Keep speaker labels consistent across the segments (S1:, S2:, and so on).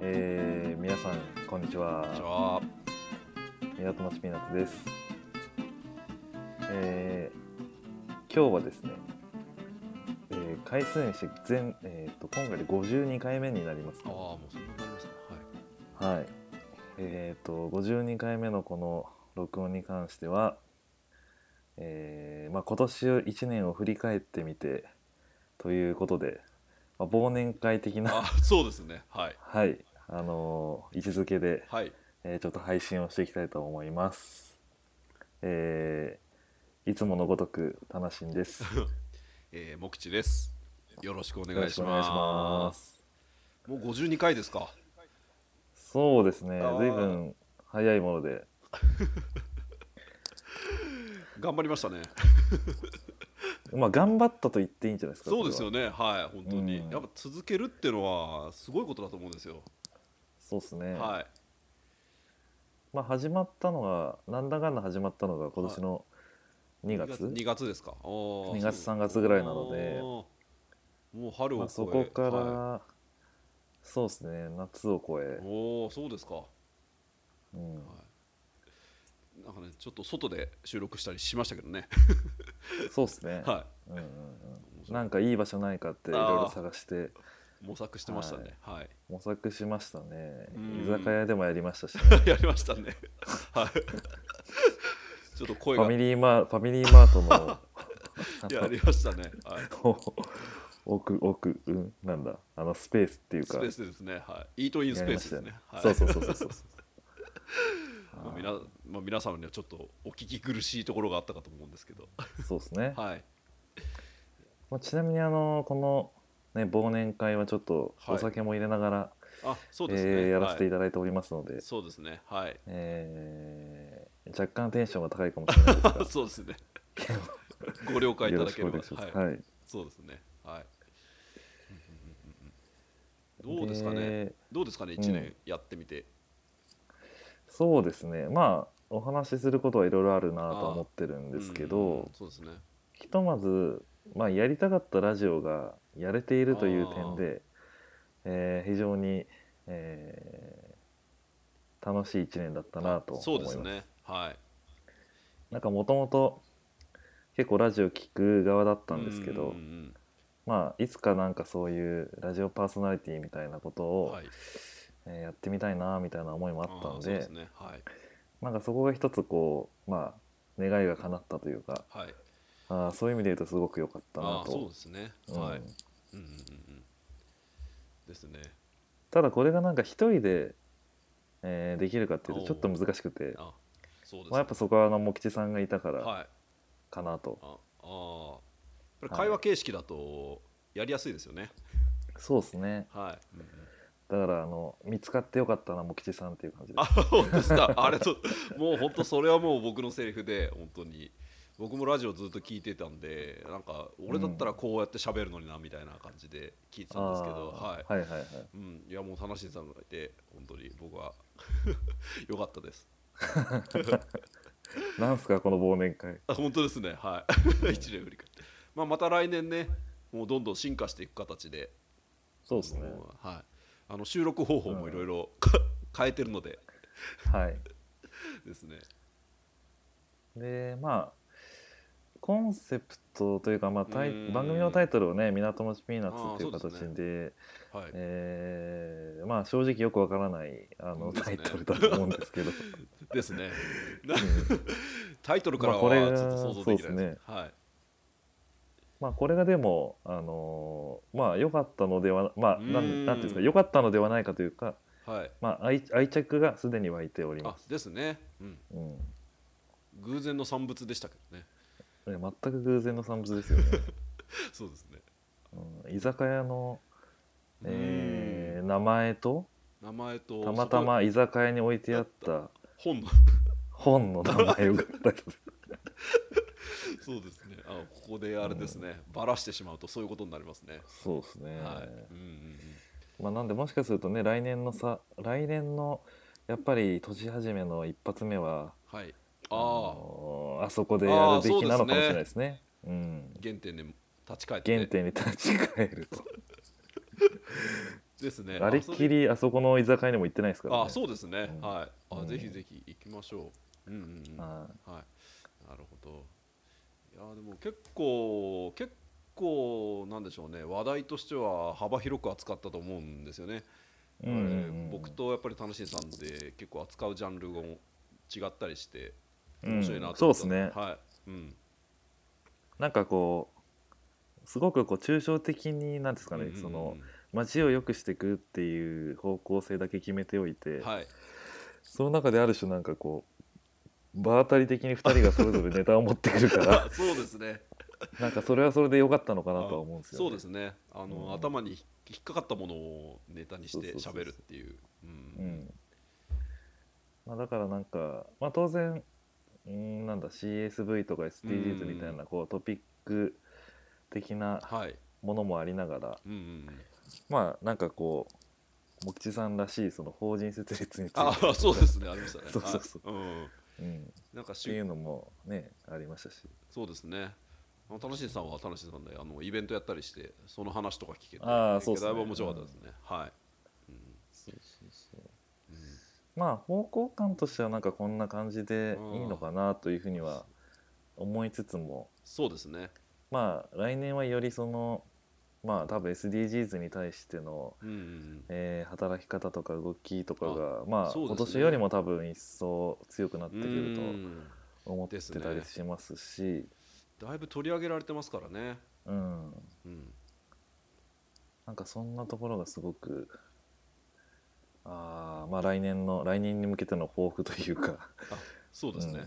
S1: えー、皆さんこんにち
S2: こんにち
S1: は
S2: は
S1: 港町ピーナッツです、えー、今日はですね、えー、回数にして全、えー、と今回で52回目になります
S2: ああもうそんなになりましたねはい
S1: はいえー、と52回目のこの録音に関しては、えーまあ、今年1年を振り返ってみてということで、まあ、忘年会的な、
S2: あそうですねはい
S1: はいあのー位置づけで
S2: はい
S1: えーちょっと配信をしていきたいと思います。えーいつものごとく、たなしんです。
S2: えー、もくちですよろしくお願いし
S1: よろ
S2: ます
S1: くお願いします。
S2: もう52回ですか
S1: そうですね
S2: あー、
S1: 随分早いもので、
S2: 頑張りましたね
S1: まあ、頑張ったと言っていいんじゃないですか。
S2: そうです
S1: これは
S2: よねはい本当に、
S1: うん
S2: やっぱ続けるってのはすごいことだと思うんですよ、
S1: そうですね。
S2: はい
S1: まあ、始まったのが、なんだかんだ始まったのが、今年の2月。
S2: 2月ですか2
S1: 2月3月ぐらいなので
S2: もう春を
S1: まあ、
S2: 越え
S1: そこから、
S2: は
S1: そうですね、夏を
S2: い
S1: 越
S2: おおそうですか、は
S1: え、うん、
S2: い、なんかねちょっと外で収録したりしましたけどね
S1: そうですね。
S2: は
S1: うんうんうん
S2: い
S1: なんかいい場所ないかっていろいろ探して
S2: 模索してましたねはい
S1: 模索しましたね
S2: うん
S1: 居酒屋でもやりましたしね、
S2: やりましたね。はい。ちょっと 声
S1: ファ
S2: が
S1: ミリーマーファミリーマートの あ
S2: やりましたね。はい。
S1: の奥奥うんなんだあのスペースっていう
S2: ス
S1: か
S2: ペースですね。はい。イートインスペースですね。
S1: やりま
S2: は
S1: したよね
S2: い。
S1: そうそうそうそうそう
S2: まあ、みな、まあ、皆様にはちょっとお聞き苦しいところがあったかと思うんですけど。
S1: そうですね、
S2: はい。
S1: まあ、ちなみにあのこの、ね、忘年会はちょっと
S2: はい
S1: お酒も入れながら、
S2: あ、そう
S1: え
S2: ですね。
S1: ーやらせてい
S2: は
S1: ただいておりますので、
S2: い、そうですね。 はい。
S1: えー若干テンションが高いかもしれないですが
S2: そうですね。ご了解い
S1: よ
S2: ただ
S1: ろし
S2: け
S1: くお
S2: れば。
S1: 願いします、
S2: はい。
S1: はい
S2: そうですね。はい。うんうんうんうんどうですかね。どうですかね。一年やってみて。
S1: そうですねまあお話しすることはいろいろあるなとは思ってるんですけ
S2: うんうんう
S1: ど
S2: ん、そうですね。
S1: ひとまず、まあ、やりたかったラジオがやれているという点で、えー非常に、えー楽しい一年だったなと
S2: そ
S1: 思
S2: う
S1: い
S2: で
S1: ます
S2: すね。はい。
S1: なんかもともと結構ラジオ聞く側だったんですけど、
S2: うんうん
S1: まあ、いつかなんかそういうラジオパーソナリティみたいなこと
S2: うん
S1: を、
S2: はい、
S1: えーやってみたいなみたいな思いもあった
S2: あ
S1: ので
S2: ーそうですね。はい。
S1: なんかそこが一つこうまあ願いが叶ったというか
S2: はい。
S1: あーそういう意味で言うとすごく良かった
S2: あ
S1: な
S2: あー、そう
S1: と
S2: ですね。
S1: うん
S2: はい。うんうんうんうん。ですね。
S1: ただこれがなんか一人で、えーできるかっていうとちょっと難しくて、
S2: あ、そうですね。
S1: まあ、やっぱそこはあの茂吉さんがいたから
S2: はい。
S1: かなと、
S2: あ、あー。やっぱり会話形式だとやりやすいですよね。
S1: そうですね
S2: はい。うんうん
S1: だからあの見つかってよかったな茂吉さんっていう感じで
S2: あ、本当ですか。あれと、もう本当それはもう僕のセリフで本当に。僕もラジオずっと聞いてたんでなんか俺だったらこうやって喋るのになみたいな感じで聞いてたんですけど、
S1: あーは
S2: はい、
S1: いはいはい
S2: うん、いやもう楽しいさんがいて本当に僕は 良かったです。
S1: なんすかこの忘年会
S2: あ本当ですねはい 一年振り返って、まあ、また来年ねもうどんどん進化していく形で
S1: そうですね
S2: もうはい、あの収録方法もいろいろ 変えてるので
S1: はい
S2: ですね
S1: でまあコンセプトというか、まあ、タイ
S2: うん
S1: 番組のタイトルをね「港町ピーナ
S2: あ
S1: ッ
S2: ー
S1: ツ」という
S2: そうで
S1: 形
S2: すね
S1: で
S2: はい、
S1: えーまあ正直よくわからないあの、
S2: です
S1: タ
S2: ね
S1: イトルだと思うんですけど、
S2: で すねな タイトルからは
S1: まあこれが
S2: ちょっと想像できないです,、
S1: そうです
S2: はい
S1: まあこれがでもあのーまあ良かったのではまあな
S2: うー
S1: ん
S2: ん
S1: なんていうんですか良かったのではないかというか、
S2: はい
S1: まあ、愛愛着がすでに湧いており
S2: あ
S1: ます。
S2: ですね、うん、
S1: うん
S2: 偶然の産物でしたけどね
S1: ね全く偶然の産物ですよね、
S2: そうですね
S1: うん居酒屋の、えー名前と
S2: うん名前と
S1: たまたま居酒屋に置いてあった
S2: そこ本の
S1: 本の名前を買ったりとか
S2: そうですね。あ、ここであれですね。ばらしてしまうとそういうことになりますね。
S1: そうですね、
S2: はい。うんうんうん。
S1: まあ、なんでもしかするとね来年のさ来年のやっぱり年始めの一発目は
S2: はい。
S1: あ
S2: ああ、
S1: のーあそこでやるべきなのかもしれないですね。うん、
S2: 原点に立ち返って。
S1: 原点に立ち返ると。
S2: ですね
S1: あれっきりあそこの居酒屋にも行ってないですからね
S2: あそうですね、
S1: うん
S2: はいあ、
S1: うん
S2: ぜひぜひ行きましょううんうんうんは
S1: はい
S2: なるほどいやーでも結構結構なんでしょうね話題としては幅広く扱ったと思うんですよね、
S1: いうんうんうん
S2: えー僕とやっぱり楽しいさんで結構扱うジャンルも違ったりして
S1: うん
S2: 面白いなと
S1: そう
S2: 思
S1: で
S2: った
S1: すね
S2: はい、うん、
S1: なんかこうすごくこう抽象的になんですかね、
S2: うんうんうん
S1: その街を良くしていくっていう方向性だけ決めておいて、
S2: はい
S1: その中である種なんかこう場当たり的に2人がそれぞれネタを持ってくるから
S2: そうですね
S1: なんかそれはそれで良かったのかなとは思うんですよ、ね、
S2: そうですねあの、
S1: うん
S2: 頭に引っかかったものをネタに
S1: そ
S2: して
S1: うそうそうそう
S2: 喋るっていううん
S1: うんまあ、だからなんか、まあ、当然うんなんだ CSV とか SDGs みたいなこうトピック的な
S2: はい
S1: ものもありながら
S2: うんうんうん
S1: まあなんかこう茂吉さんらしいその法人設立について、
S2: ああそうですねありました ね
S1: そうそうそう
S2: はいん、
S1: うん、っ
S2: なんか
S1: て
S2: し
S1: いうのもねありましたし
S2: そうですねあの楽しいさんは楽しいさんであのイベントやったりしてその話とか聞けて
S1: あーそうですね
S2: だいぶ面白かったですね、はい、うん
S1: まあ方向感としてはなんかこんな感じでいいのかなというふうには思いつつも
S2: そうですね
S1: まあ来年はよりそのまあ多分 SDGs に対しての
S2: うんうんうん
S1: えー働き方とか動きとかがまあ、
S2: そうです
S1: 今
S2: ね
S1: 年よりも多分一層強くなって
S2: う
S1: くる
S2: ん
S1: と思って
S2: ですね
S1: たりしますし
S2: だいぶ取り上げられてますからね、
S1: うん、
S2: うん、
S1: なんかそんなところがすごくあーまあ来年の来年に向けての抱負というか
S2: そうですね、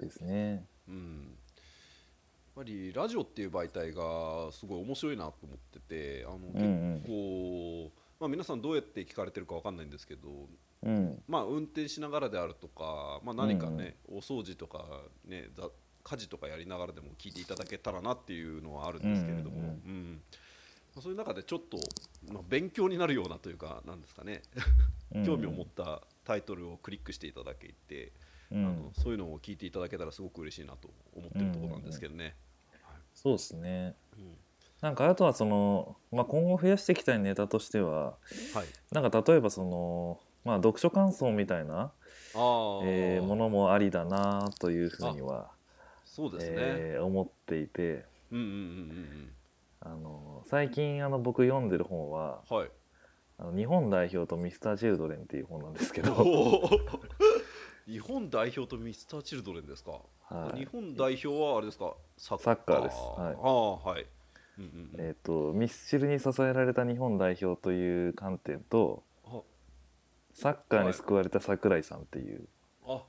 S1: ですね。
S2: うん、やっぱりラジオっていう媒体がすごい面白いなと思っててあの
S1: うんうん
S2: 結構、まあ、皆さんどうやって聞かれてるかわかんないんですけど、
S1: うん、
S2: まあ、運転しながらであるとか、まあ、何かね、お掃除とか、ね、ざ家事とかやりながらでも聞いていただけたらなっていうのはあるんですけれども。
S1: ううんん
S2: うん
S1: うん
S2: まあそういう中でちょっと、まあ、勉強になるようなというかなんですかね興味を持ったタイトルをクリックしていただけて、
S1: うん、
S2: あのそういうのを聞いていただけたらすごく嬉しいなと思ってるところなんですけどね。
S1: そうですね。
S2: うん
S1: なんかあとはその、まあ、今後増やしていきたいネタとしては
S2: はい、
S1: なんか例えばその、まあ、読書感想みたいな、
S2: あー
S1: えーものもありだなというふうには、
S2: そうですね、
S1: えー思っていて
S2: うんうんうん
S1: あの最近あの僕読んでる本は
S2: うん はい
S1: 「あの日本代表とミスター・チルドレン」っていう本なんですけど、
S2: おー日本代表とミスター・チルドレンですか、
S1: はい
S2: 日本代表はあれですかサッカー
S1: サッカーですはい
S2: ああはい、うんうんうん
S1: えー、とミスチルに支えられた日本代表という観点と
S2: あ
S1: サッカーに救われた桜井さんっていう、
S2: あ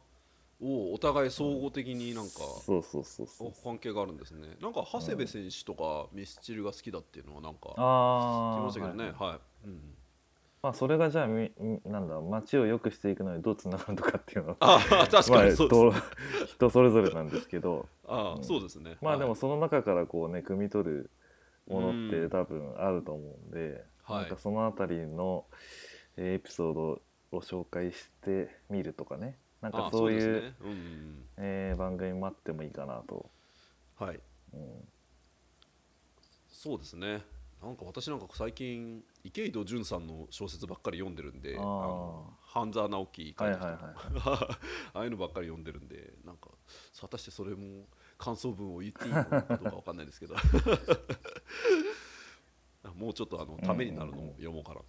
S2: おーお互い総合的になんか、
S1: そうそうそうそう
S2: お関係があるんですねなんか長谷部選手とかミスチルが好きだっていうのはなんか聞
S1: あ
S2: き
S1: ー
S2: ましたけどね
S1: は
S2: はいい、うんうん、
S1: まあ、それがじゃあみみなんだ街を良くしていくのにどうつながるのかっていうのは
S2: ああ確
S1: まあ
S2: か
S1: え
S2: に
S1: っ
S2: そう
S1: と
S2: です、
S1: 人それぞれなんですけど
S2: あ
S1: う
S2: あ
S1: ん
S2: そうですね
S1: まあで
S2: は
S1: も
S2: い
S1: その中からこうね汲み取るものっ
S2: う
S1: て
S2: ん
S1: 多分あると思うんで、
S2: はい
S1: なんかそのあたりのえーエピソードを紹介してみるとかねなん
S2: あ
S1: か
S2: あ
S1: そういう
S2: ですねうんうんうん
S1: えー番組もあってもいいかなと、
S2: はい
S1: うん
S2: そうですねなんか私なんか最近池井戸潤さんの小説ばっかり読んでるんで
S1: あー
S2: の半沢直樹書
S1: はいい
S2: て
S1: はい
S2: きた
S1: はい
S2: りとか ああいうのばっかり読んでるんでなんか果たしてそれも感想文を言っていいのかどうかわかんないですけど もうちょっとあのためになるのを読もうかな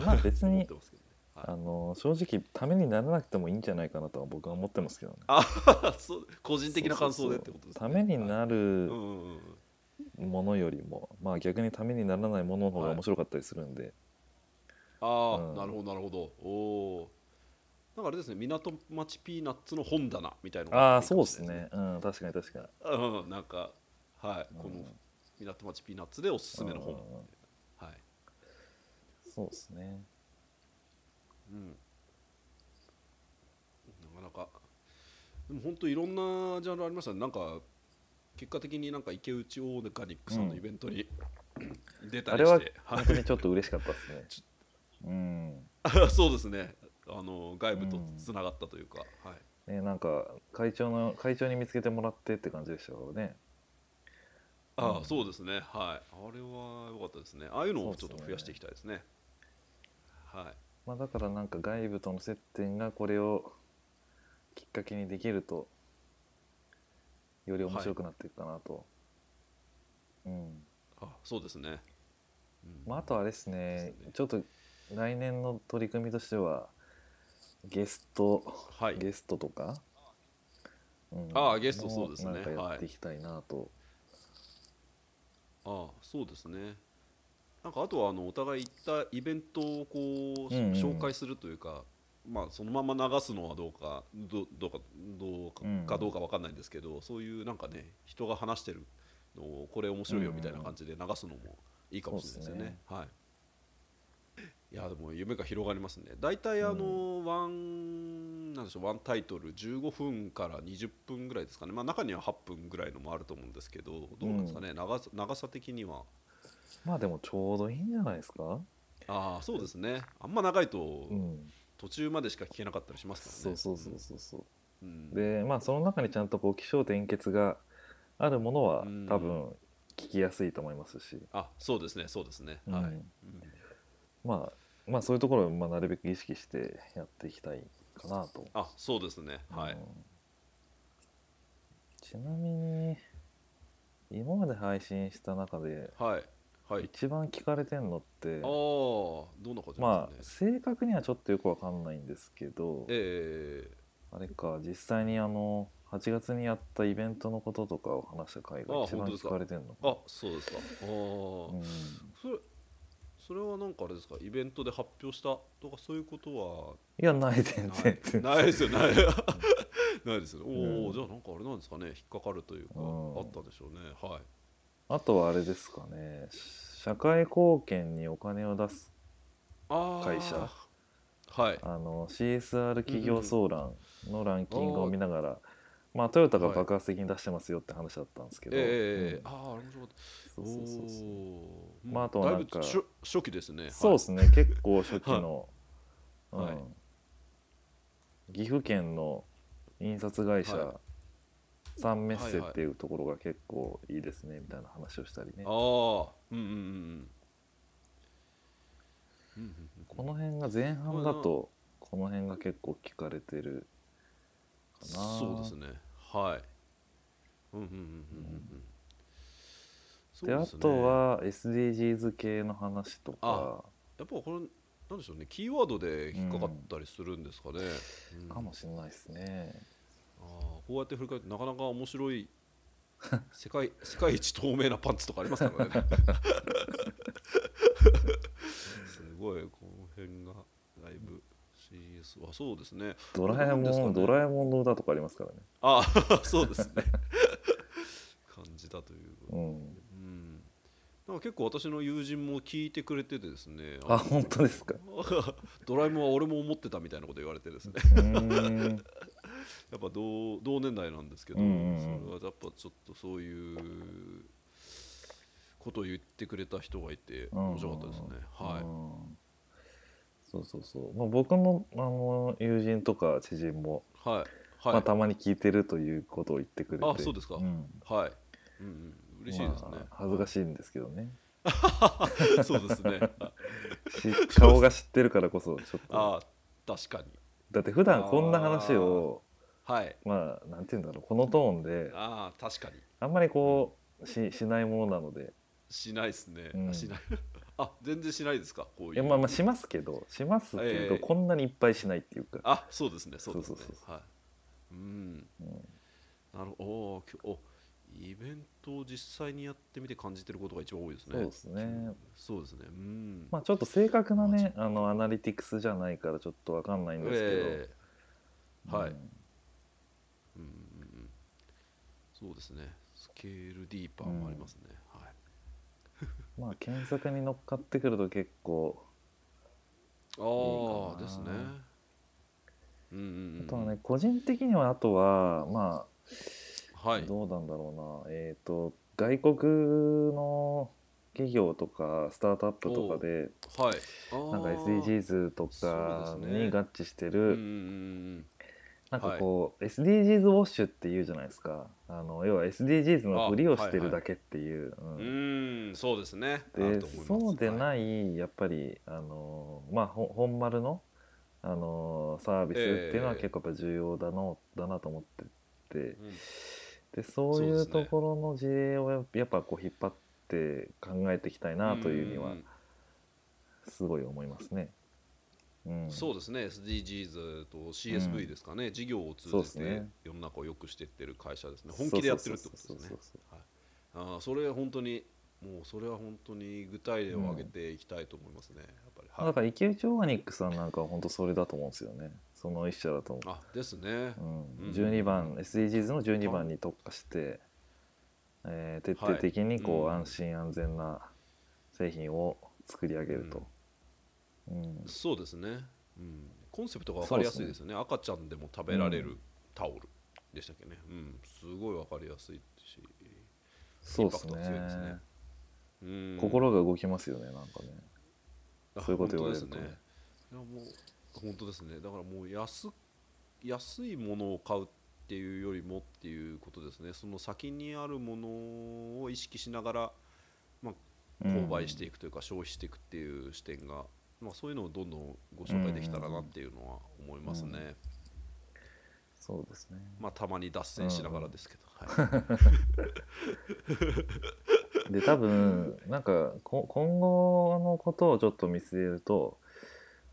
S2: と
S1: まあ別
S2: 思っ
S1: に
S2: てますけどね。 はい
S1: あの正直ためにならなくてもいいんじゃないかなとは僕は思ってますけどね
S2: あ そう個人的な感想でってことです
S1: そ
S2: ね。
S1: うそうそうために
S2: る、
S1: なる
S2: うんうんうんうん
S1: ものよりも、まあ逆にためにならないものの方が面白かったりするんで、
S2: ああ、
S1: うん
S2: なるほどなるほどおおなんかあれですね港町ピーナッツの本棚みたいなのが
S1: あ
S2: い
S1: あ
S2: いか
S1: そう
S2: も
S1: で
S2: し
S1: す
S2: れない
S1: ねうん確かに確かに
S2: ですねうんなんかはい、
S1: うん
S2: この港町ピーナッツでおすすめの本、
S1: うん
S2: はい、
S1: そうですね
S2: うん、なかなかでも本当いろんなジャンルありましたねなんか結果的になんか池内オーガニックさんのイベントに、出た
S1: あ
S2: り
S1: れは
S2: してはい
S1: 本当にちょっと嬉しかったですね うん
S2: そうですねあの外部とつながったというか、はい
S1: ねなんか会長の会長に見つけてもらってって感じでしたからね
S2: ああそうですねはいあれは良かったですねああいうのをちょっと増やしていきたいですねはい
S1: まあ、だからなんか外部との接点がこれをきっかけにできるとより面白くなっていくかなと、うん
S2: あそうですね、うん
S1: まあ、あとあれですね
S2: そうですね
S1: ちょっと来年の取り組みとしてはゲスト、
S2: はい
S1: ゲストとか、うん
S2: ああゲストそうですね
S1: なんかやっていきたいなと、
S2: ああそうですねなんかあとはあのお互い行ったイベントをこう、
S1: うんうん
S2: 紹介するというかまあそのまま流すのはどうかどどうかどうか,、
S1: うん
S2: どうかわかんないんですけどそういうなんかね人が話してるのをこれ面白いよみたいな感じで流すのもいいかもしれないですよ
S1: そうっ
S2: ね。はいいやでも夢が広がりますね大体あの、ワンなんでしょうワンタイトル15分から20分ぐらいですかね、まあ、中には8分ぐらいのもあると思うんですけどどうなんですかね、長さ長さ的には
S1: まあでもちょうどいいんじゃないですか、
S2: ああそうですねあんま長いと
S1: うん、
S2: 途中までしか聞けなかったりしますから
S1: そ
S2: ね
S1: うそうそうそうそう
S2: うん
S1: でまあその中にちゃんとこう起承転結があるものは
S2: うん
S1: 多分聞きやすいと思いますし、
S2: あそうですねそうですね、
S1: うん
S2: はい、うん
S1: まあまあそういうところをまあなるべく意識してやっていきたいかなと。
S2: あそうですねはい、
S1: うんちなみに今まで配信した中で
S2: はいはい
S1: 一番聞かれてんのって、
S2: ああどんな感じなん
S1: ま
S2: で
S1: あ
S2: すかね、
S1: 正確にはちょっとよくわかんないんですけど
S2: え
S1: あれか実際にあの8月にやったイベントのこととかを話した回が
S2: あ
S1: 一番
S2: 本当です
S1: 聞
S2: か
S1: かれてんの
S2: えあそうですかああ、
S1: うん
S2: それそれはなんかあれですかイベントで発表したとかそういうこと
S1: いやない全
S2: はな
S1: 然
S2: い
S1: 全然
S2: ないですよない ないですよねおお、
S1: うん
S2: じゃあなんかあれなんですかね引っかかるというか、
S1: うん
S2: あったでしょうねはい
S1: あとはあれですかね社会貢献にお金を出す
S2: あー
S1: 会社
S2: はい
S1: あの CSR 企業総覧のランキングを見ながら、まあトヨタが爆発的に出してますよって話だったんですけど、
S2: ええ
S1: うん
S2: あああれ面白かった
S1: そうそうそうそう
S2: おー
S1: まああとはなんか
S2: だいぶ初初期ですねはい
S1: そうですね結構初期の、
S2: はい
S1: うん岐阜県の印刷会社、
S2: は
S1: サンメッセっていうところが結構いいですねみたいな話をしたりね、
S2: ああうんうんうんうんうんうんうん
S1: この辺が前半だとこの辺が結構聞かれてるかな
S2: そうですねはいうんうんうんうんうんうんそう
S1: であ
S2: すね
S1: とは SDGs 系の話とか
S2: やっぱこれなんでしょうねキーワードで引っかかったりするんですかね、うん
S1: かもしれないですね、
S2: あーこうやって振り返ってなかなか面白い 世界世界一透明なパンツとかありますからね すごいこの辺がだいぶ CS はそうですね
S1: ドラえもん
S2: どうなんですかね
S1: ドラえもんの歌とかありますからね
S2: ああそうです ね感じたということ
S1: う
S2: で
S1: ん
S2: うんなんか結構私の友人も聞いてくれててですね
S1: あ本当ですか
S2: ドラえもんは俺も思ってたみたいなこと言われてですね
S1: うーん
S2: やっぱ同同年代なんですけど、
S1: うんうんうん
S2: それはやっぱちょっとそういうことを言ってくれた人がいて 面白かったですね、はい、
S1: うんそうそうそう、まあ、僕のあの友人とか知人も、
S2: はい
S1: ま
S2: は
S1: あ、たまに聞いてるということを言ってくれて
S2: あそうですか
S1: ん
S2: い、はいうんうん、嬉しいですね、
S1: まあ恥ずかしいんですけどね
S2: そうですねあ
S1: し 顔が知ってるからこそちょっと
S2: あ確かに
S1: だって普段こんな話を
S2: はい
S1: まあなんて言うんだろうこのトーンで
S2: ああ確かに
S1: あんまりこうししないものなので
S2: しないですね、
S1: うん
S2: しない あ全然しないですかこういう
S1: いやまあまあしますけどしますけ
S2: ええ
S1: どこんなにいっぱいしないっていうか、
S2: あそうですねそうですね
S1: そうそうそ
S2: はいうん
S1: うん
S2: なるほどおーきょおイベントを実際にやってみて感じてることが一番多いですね
S1: そうですね
S2: そうですねうん
S1: まあ、ちょっと正確なねあのアナリティクスじゃないからちょっとわかんないんですけど、
S2: ええはい、う
S1: うん
S2: ん、うんうんそうですねスケールディーパーもありますね、はい
S1: まあ検索に乗っかってくると結構
S2: ああ
S1: いいかな
S2: ですねうんうん、うん、
S1: あとはね個人的にはあとはま
S2: は
S1: あ
S2: い
S1: どうなんだろうな、えっ、と外国の企業とかスタートアップとかで
S2: はいあー
S1: なんか SDGs とか
S2: そうですね
S1: に合致して
S2: うんう
S1: る
S2: ん
S1: なんかこう、SDGs ウォッシュっていうじゃないですかあの要は SDGs のふりをしてるだけっていう。
S2: う
S1: うん
S2: ーんそうですねあ
S1: で
S2: ると思います
S1: そうで
S2: はい
S1: ないやっぱりあのまあほ本丸のあのサービスっていうのは
S2: ええ
S1: 結構やっぱ重要だの、だなと思ってて
S2: うん
S1: でそうい
S2: そ
S1: う
S2: うですね
S1: ところの事例をややっぱこう引っ張って考えていきたいなというには
S2: ん
S1: すごい思いますね。うん、
S2: そうですね SDGs と CSV ですかね、事業を通
S1: そうで
S2: じ
S1: す
S2: て
S1: ね
S2: 世の中を良くしていってる会社ですね本気でやってるってことですね
S1: そうそうそう
S2: はい、あーそれは本当にもうそれは本当に具体例を挙げていきたいと思いますね、やっぱり、
S1: そう
S2: は
S1: だ
S2: い
S1: から池内オーガニックさんなんかは本当それだと思うんですよねその一社だと思う。
S2: あですね、
S1: うん
S2: うん
S1: 12番 SDGs の12番に特化して、えー徹底的にこう、
S2: はいうん
S1: 安心安全な製品を作り上げると、うん
S2: そうですね、うん、コンセプトが分かりやすいですよね赤ちゃんでも食べられるタオルでしたっけねうんすごい分かりやすいし、
S1: そうです
S2: インパクトが強いです
S1: ね
S2: ねうん、
S1: 心が動きますよねなんかね
S2: あ
S1: そういうこと言われると
S2: 本当ですねいやもう本当ですねだからもう安安いものを買うっていうよりもっていうことですねその先にあるものを意識しながら、まあ、
S1: うん
S2: 購買していくというか消費していくっていう視点が、まあ、そういうのをどんどんご紹介できたらなっていうのは思いますね、
S1: そうですね
S2: まあ、たまに脱線しながらですけど、はい
S1: で多分なんかこ今後のことをちょっと見据えると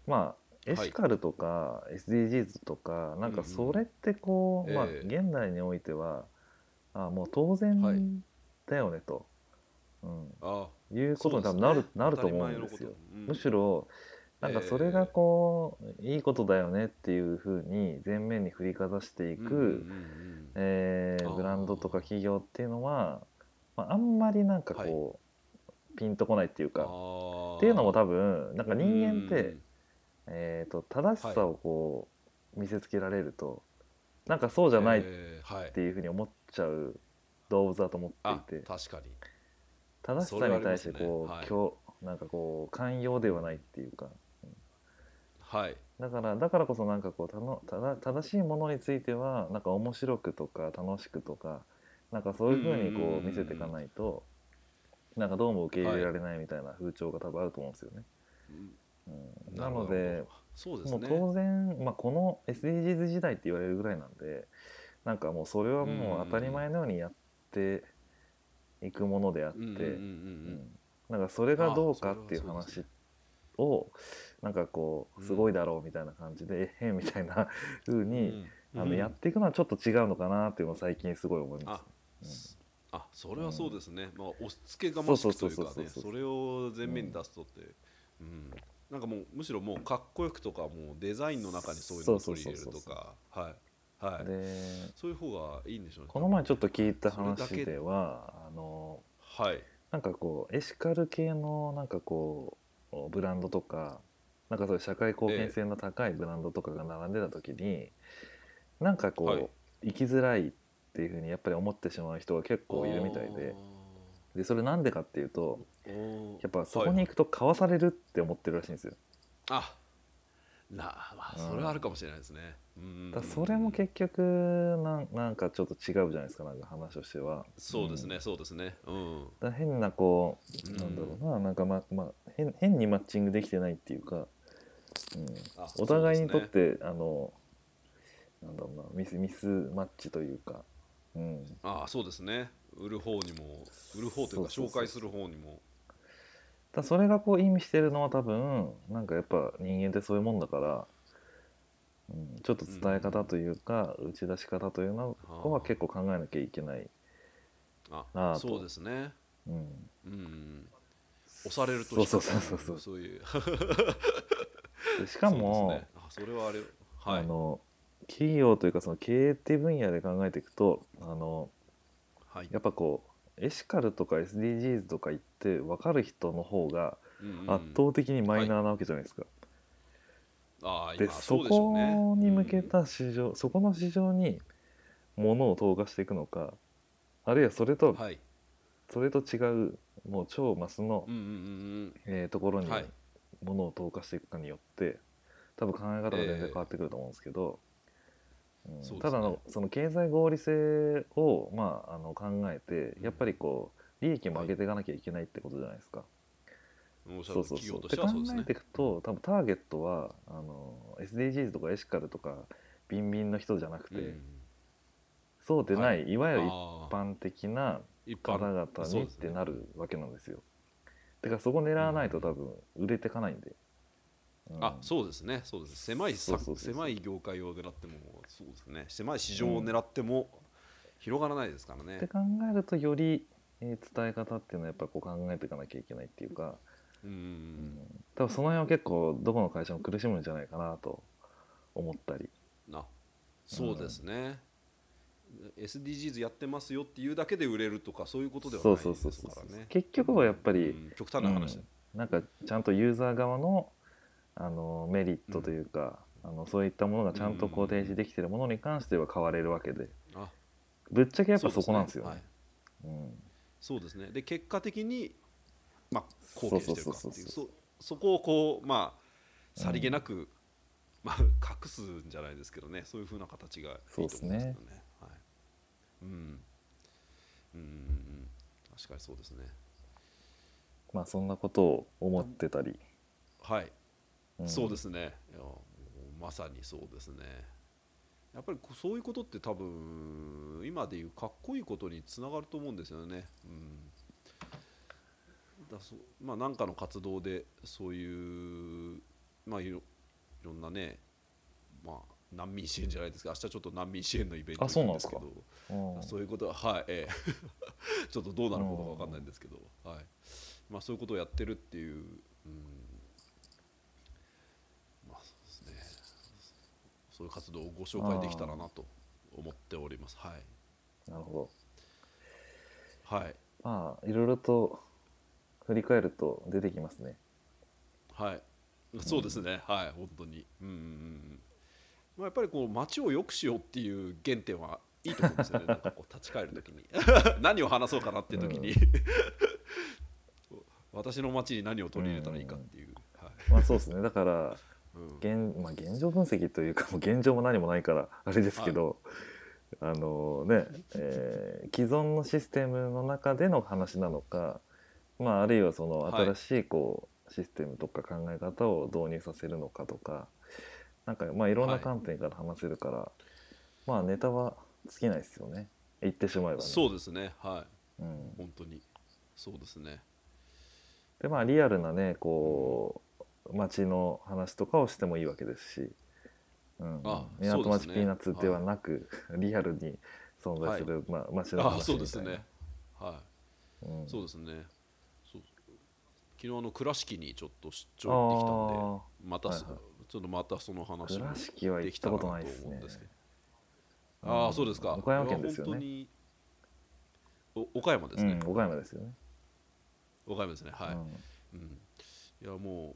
S1: まあエシカルとか SDGs とか、なんかそれってこう、
S2: うんうん
S1: まあ、
S2: ええ
S1: 現代においては、あもう当然だよねと、
S2: あ
S1: うん、いうことに多分なる,、なると思うんですよ。、むし
S2: ろ
S1: ろなんかそれがこう、いいことだよねっていうふうに前面に振りかざしていく、えー
S2: あー
S1: ブランドとか企業っていうのは、まあ、あんまりなんかこう、ピンとこないっていうかっていうのも多分なんか人間って、えー、と正しさをこう、見せつけられるとなんかそうじゃないっ
S2: えーはい
S1: ていうふうに思っちゃう動物だと思
S2: あ
S1: っていて
S2: 確かに
S1: 正しさに対してこ
S2: それはありますねは
S1: う、
S2: い
S1: 強なんかこう寛容ではないっていうか
S2: はい
S1: だからだからこそなんかこうたのただ正しいものについてはなんか面白くとか楽しくとかなんかそういうふうに
S2: うんうんうん
S1: こ
S2: う
S1: うん見せていかないとなんかどうも受け入れられないみたいな風潮が多分あると思うんですよね。うん、な
S2: るほ
S1: の
S2: ど
S1: で
S2: そうです
S1: もう
S2: ね
S1: 当然、まあ、この SDGs 時代って言われるぐらいなんでなんかもうそれは
S2: うんうん
S1: もう
S2: う
S1: ん当たり前のようにやっていくものであって、
S2: うんうんうんうん
S1: なんかそれがどうか
S2: あ
S1: っていう
S2: それはそうです
S1: 話
S2: ね
S1: をなんかこう
S2: うん
S1: すごいだろうみたいな感じで、ええへんみたいな 風
S2: うん
S1: に、
S2: うん
S1: あのやっていくのはちょっと違うのかなっていうのを最近すごい思いま
S2: あ
S1: す。
S2: あそれはそうですね、まあ、押し付けがましくというか
S1: そうそうそう
S2: ね
S1: そうそう
S2: それを前面に出すとって、うんなんかもうむしろもうかっこよくとかもうデザインの中にそういうのを取り入れるとかはいはい
S1: で
S2: そういう方がいいんでしょうね
S1: この前ちょっと聞いた
S2: それ
S1: 話
S2: だけ
S1: ではあの
S2: はい
S1: なんかこうエシカル系のなんかこうブランドとかなんかそういう社会貢献性の高いブランドとかが並んでた時に、なんかこう、
S2: はい
S1: 生きづらいっていうふうにやっぱり思ってしまう人が結構いるみたいででそれなんでかっていうと
S2: あー
S1: やっぱそこに行くと買わされるって思ってるらしいんですよ。
S2: あなまあそれはあるかもしれないですね、うん
S1: だからそれも結局なんなんかちょっと違うじゃないですかなんか話としては。
S2: そうですね、
S1: ん
S2: そうですねうん
S1: だから変なこう、
S2: うん
S1: なんだろうななんかままあ変変にマッチングできてないっていうか、うん、
S2: あ
S1: お互いにとっ
S2: そうで
S1: て、あのなんだろうなミスミスマッチというか、うん、
S2: すねああそうですね売る方にも売る方というか
S1: そうそうそう
S2: 紹介する方にも
S1: だそれがこう意味してるのは多分なんかやっぱ人間ってそういうもんだから、うん、ちょっと伝え方というか、打ち出し方というのは結構考えなきゃいけない、
S2: あ
S1: なあと
S2: そうですね
S1: うん、
S2: うん押されると
S1: そうそうそうそう
S2: そういう
S1: でしか
S2: そう
S1: も、
S2: ですねあそれはあれはい
S1: あの企業というかその経営っていう分野で考えていくとあの
S2: はい
S1: やっぱこうエシカルとか SDGs とか言って分かる人の方が
S2: うんうん
S1: 圧倒的にマイナーなわけじゃないですか。
S2: ああ
S1: で
S2: 今
S1: そう
S2: でしょうね
S1: こに向けた市場、そこの市場に物を投下していくのかあるいはそれと、
S2: うんはい
S1: それと違うもう超マスの、
S2: うんうんうん
S1: えーところ
S2: うん
S1: に
S2: はい
S1: 物を投下していくかによって、多分考え方が全然変わってくると思うんですけど、うん
S2: そうですね
S1: ただのその経済合理性を、まあ、あの考えてやっぱりこう利益も上げていかなきゃいけないってことじゃないですか。
S2: おっし
S1: そ
S2: ゃる
S1: うそう
S2: 企
S1: そう
S2: 業と
S1: っ
S2: してて
S1: 考
S2: はそうです
S1: え
S2: ね
S1: ていくと多分ターゲットはあの SDGs とかエシカルとかビンビンの人じゃなくて、
S2: うん
S1: そうでない、、
S2: はい
S1: わゆる一
S2: あー
S1: 般的な
S2: 一
S1: 方
S2: 般
S1: 々
S2: そう
S1: にっ
S2: ですね
S1: てなるわけなんですよ。てかそこ狙わないと多分売れてかないんで。うん
S2: あそうですねそうです狭い
S1: そう
S2: さ
S1: そうそうそう
S2: 狭い業界を狙ってもそうですね狭い市場を狙っても広がらないですからね、
S1: って考えるとより、えー伝え方っていうのはやっぱこう考えていかなきゃいけないっていうか、
S2: うん
S1: 多分その辺は結構どこの会社も苦しむんじゃないかなと思ったり
S2: なそうですね、SDGs やってますよっていうだけで売れるとかそういうことではな
S1: そ
S2: いうですか
S1: そう
S2: らね
S1: そうそう結局はやっぱり、
S2: うん極端な話、
S1: うんなんかちゃんとユーザー側のあのメリットというか、あのそういったものがちゃんとこう
S2: うん
S1: 提示できてるものに関しては変われるわけで
S2: あ
S1: ぶっちゃけやっぱそこなんですよ
S2: はい
S1: ね。うん
S2: そうですねで結果的に、まあ、
S1: そう
S2: 貢献してるか
S1: そう
S2: って
S1: そ
S2: いうう
S1: そ
S2: そそこをこうまあ
S1: うん
S2: さりげなく、まあ、隠すんじゃないですけどねそういうふうな形がいいと思うんですけどね
S1: そうで
S2: はい、うんうんうんうん確かにそうですね
S1: まあそんなことを思ってたり、
S2: はい、
S1: うん
S2: そうですねいやもうまさにそうですねやっぱりこうそういうことって多分今でいうかっこいいことにつながると思うんですよね。うんだそうまあ、なんかの活動でそういう、まあ、いろいろんなね、まあ、難民支援じゃないですか明日ちょっと難民支援のイベント
S1: あそうなんです
S2: です
S1: か
S2: けど
S1: うん
S2: そういうことは、はい、え え、ちょっとどうなることかわかんないんですけど、はい、まあそういうことをやってるっていう、うん、まあそうですね、そういう活動をご紹介できたらなと思っております。はい、
S1: なるほど
S2: はい、
S1: まあいろいろと振り返ると出てきますね。
S2: はい、そうですね、はい、本当に、うんうんうん、まあやっぱりこう街を良くしようっていう原点はいいと思うんで すよね。なんかこう立ち返るときに 何を話そうかなっていうと きに、私の街に何を取り入れたらいいかっていう、はい
S1: まあそうですねだから
S2: うん
S1: 現,、まあ、現状分析というかもう現状も何もないからあれですけど、あのね、えー既存のシステムの中での話なのか、まあ、あるいはその
S2: はい
S1: 新しいこう、システムとか考え方を導入させるのかとかなんかまあいろんな
S2: はい
S1: 観点から話せるから、まあネタは尽きないですよね言ってしまえばね。
S2: そうですね、は
S1: うん
S2: い、本当に、そうですね、
S1: でまあリアルなねこう街の話とかをしてもいいわけですし、うん
S2: あ、
S1: 港
S2: そうで
S1: 町
S2: すね
S1: ピーナッツではなく、リアルに存在する、まあ、街の話みたい
S2: あ
S1: な
S2: そうですね、、は
S1: うん
S2: い、そうですね、そう昨日あの倉敷にちょっと出
S1: あ
S2: 張行ってきたんで。
S1: ー
S2: またそ、
S1: はいは
S2: ちょっとまたその話も
S1: 倉敷は
S2: で
S1: 行っ
S2: きた
S1: た
S2: ら
S1: こ
S2: なと
S1: と
S2: 思う
S1: ないで
S2: ん
S1: すね
S2: ですけど、ああそうですか
S1: うん岡山県ですよ
S2: いや本当
S1: ね
S2: にお岡山です
S1: う
S2: ね
S1: ん、、岡山ですよね、
S2: 岡山ですねはい、
S1: うん
S2: うんいやもう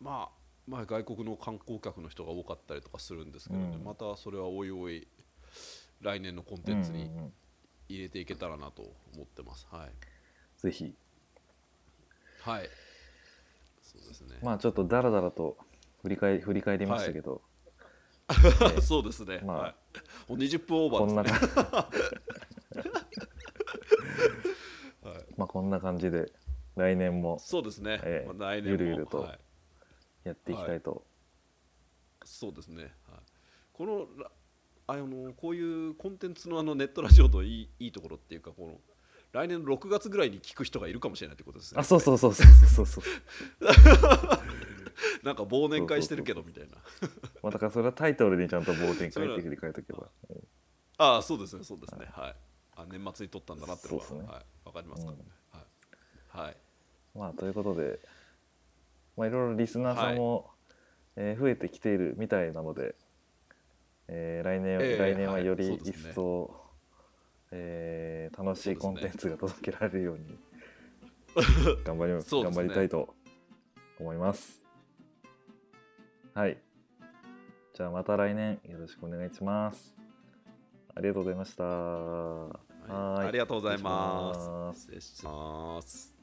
S2: まあまあ外国の観光客の人が多かったりとかするんですけどね、
S1: うん
S2: またそれはおいおい来年のコンテンツ
S1: う
S2: に
S1: んうんうん
S2: 入れていけたらなと思ってます、はい
S1: ぜひ
S2: はいそうですね、
S1: まあちょっとダラダラと振り返り振り返りましたけど、
S2: そうですね、
S1: まあ
S2: はい、もう20分オーバー
S1: こ
S2: で
S1: ん
S2: す
S1: な
S2: ね
S1: 感じ
S2: はい
S1: まあこんな感じで来年も
S2: そうですね、
S1: ええ
S2: まあ、来年も
S1: ゆるゆると
S2: はい、
S1: やっていきたいと、
S2: そうですね、はい、このラあのこういうコンテンツのあのネットラジオのいいいいところっていうかこの来年の6月ぐらいに聞く人がいるかもしれないってことですね
S1: あそうそうそうそうそうそう
S2: なんか忘年会してるけどみたいな
S1: まあ、だからそれはタイトルにちゃんと冒険書いて振り返っとけば。
S2: ああそうですねそうですねはい、あ年末に撮ったんだなってのが
S1: そうですね
S2: はい、わかりますか、
S1: うん
S2: はい、はい、
S1: まあ、ということで、まあ、いろいろリスナーさんも、えー増えてきているみたいなので、えー来年は、
S2: ええ
S1: 来年はより一
S2: はい
S1: 層、えー楽しいコンテンツが届けられるよう に頑張り、
S2: そうで
S1: 頑
S2: す
S1: 張
S2: ね
S1: りたいと思います。はい。じゃあまた来年よろしくお願いします。ありがとうございました。は
S2: ありがとうござい
S1: 失礼し
S2: ま
S1: ます
S2: す失礼します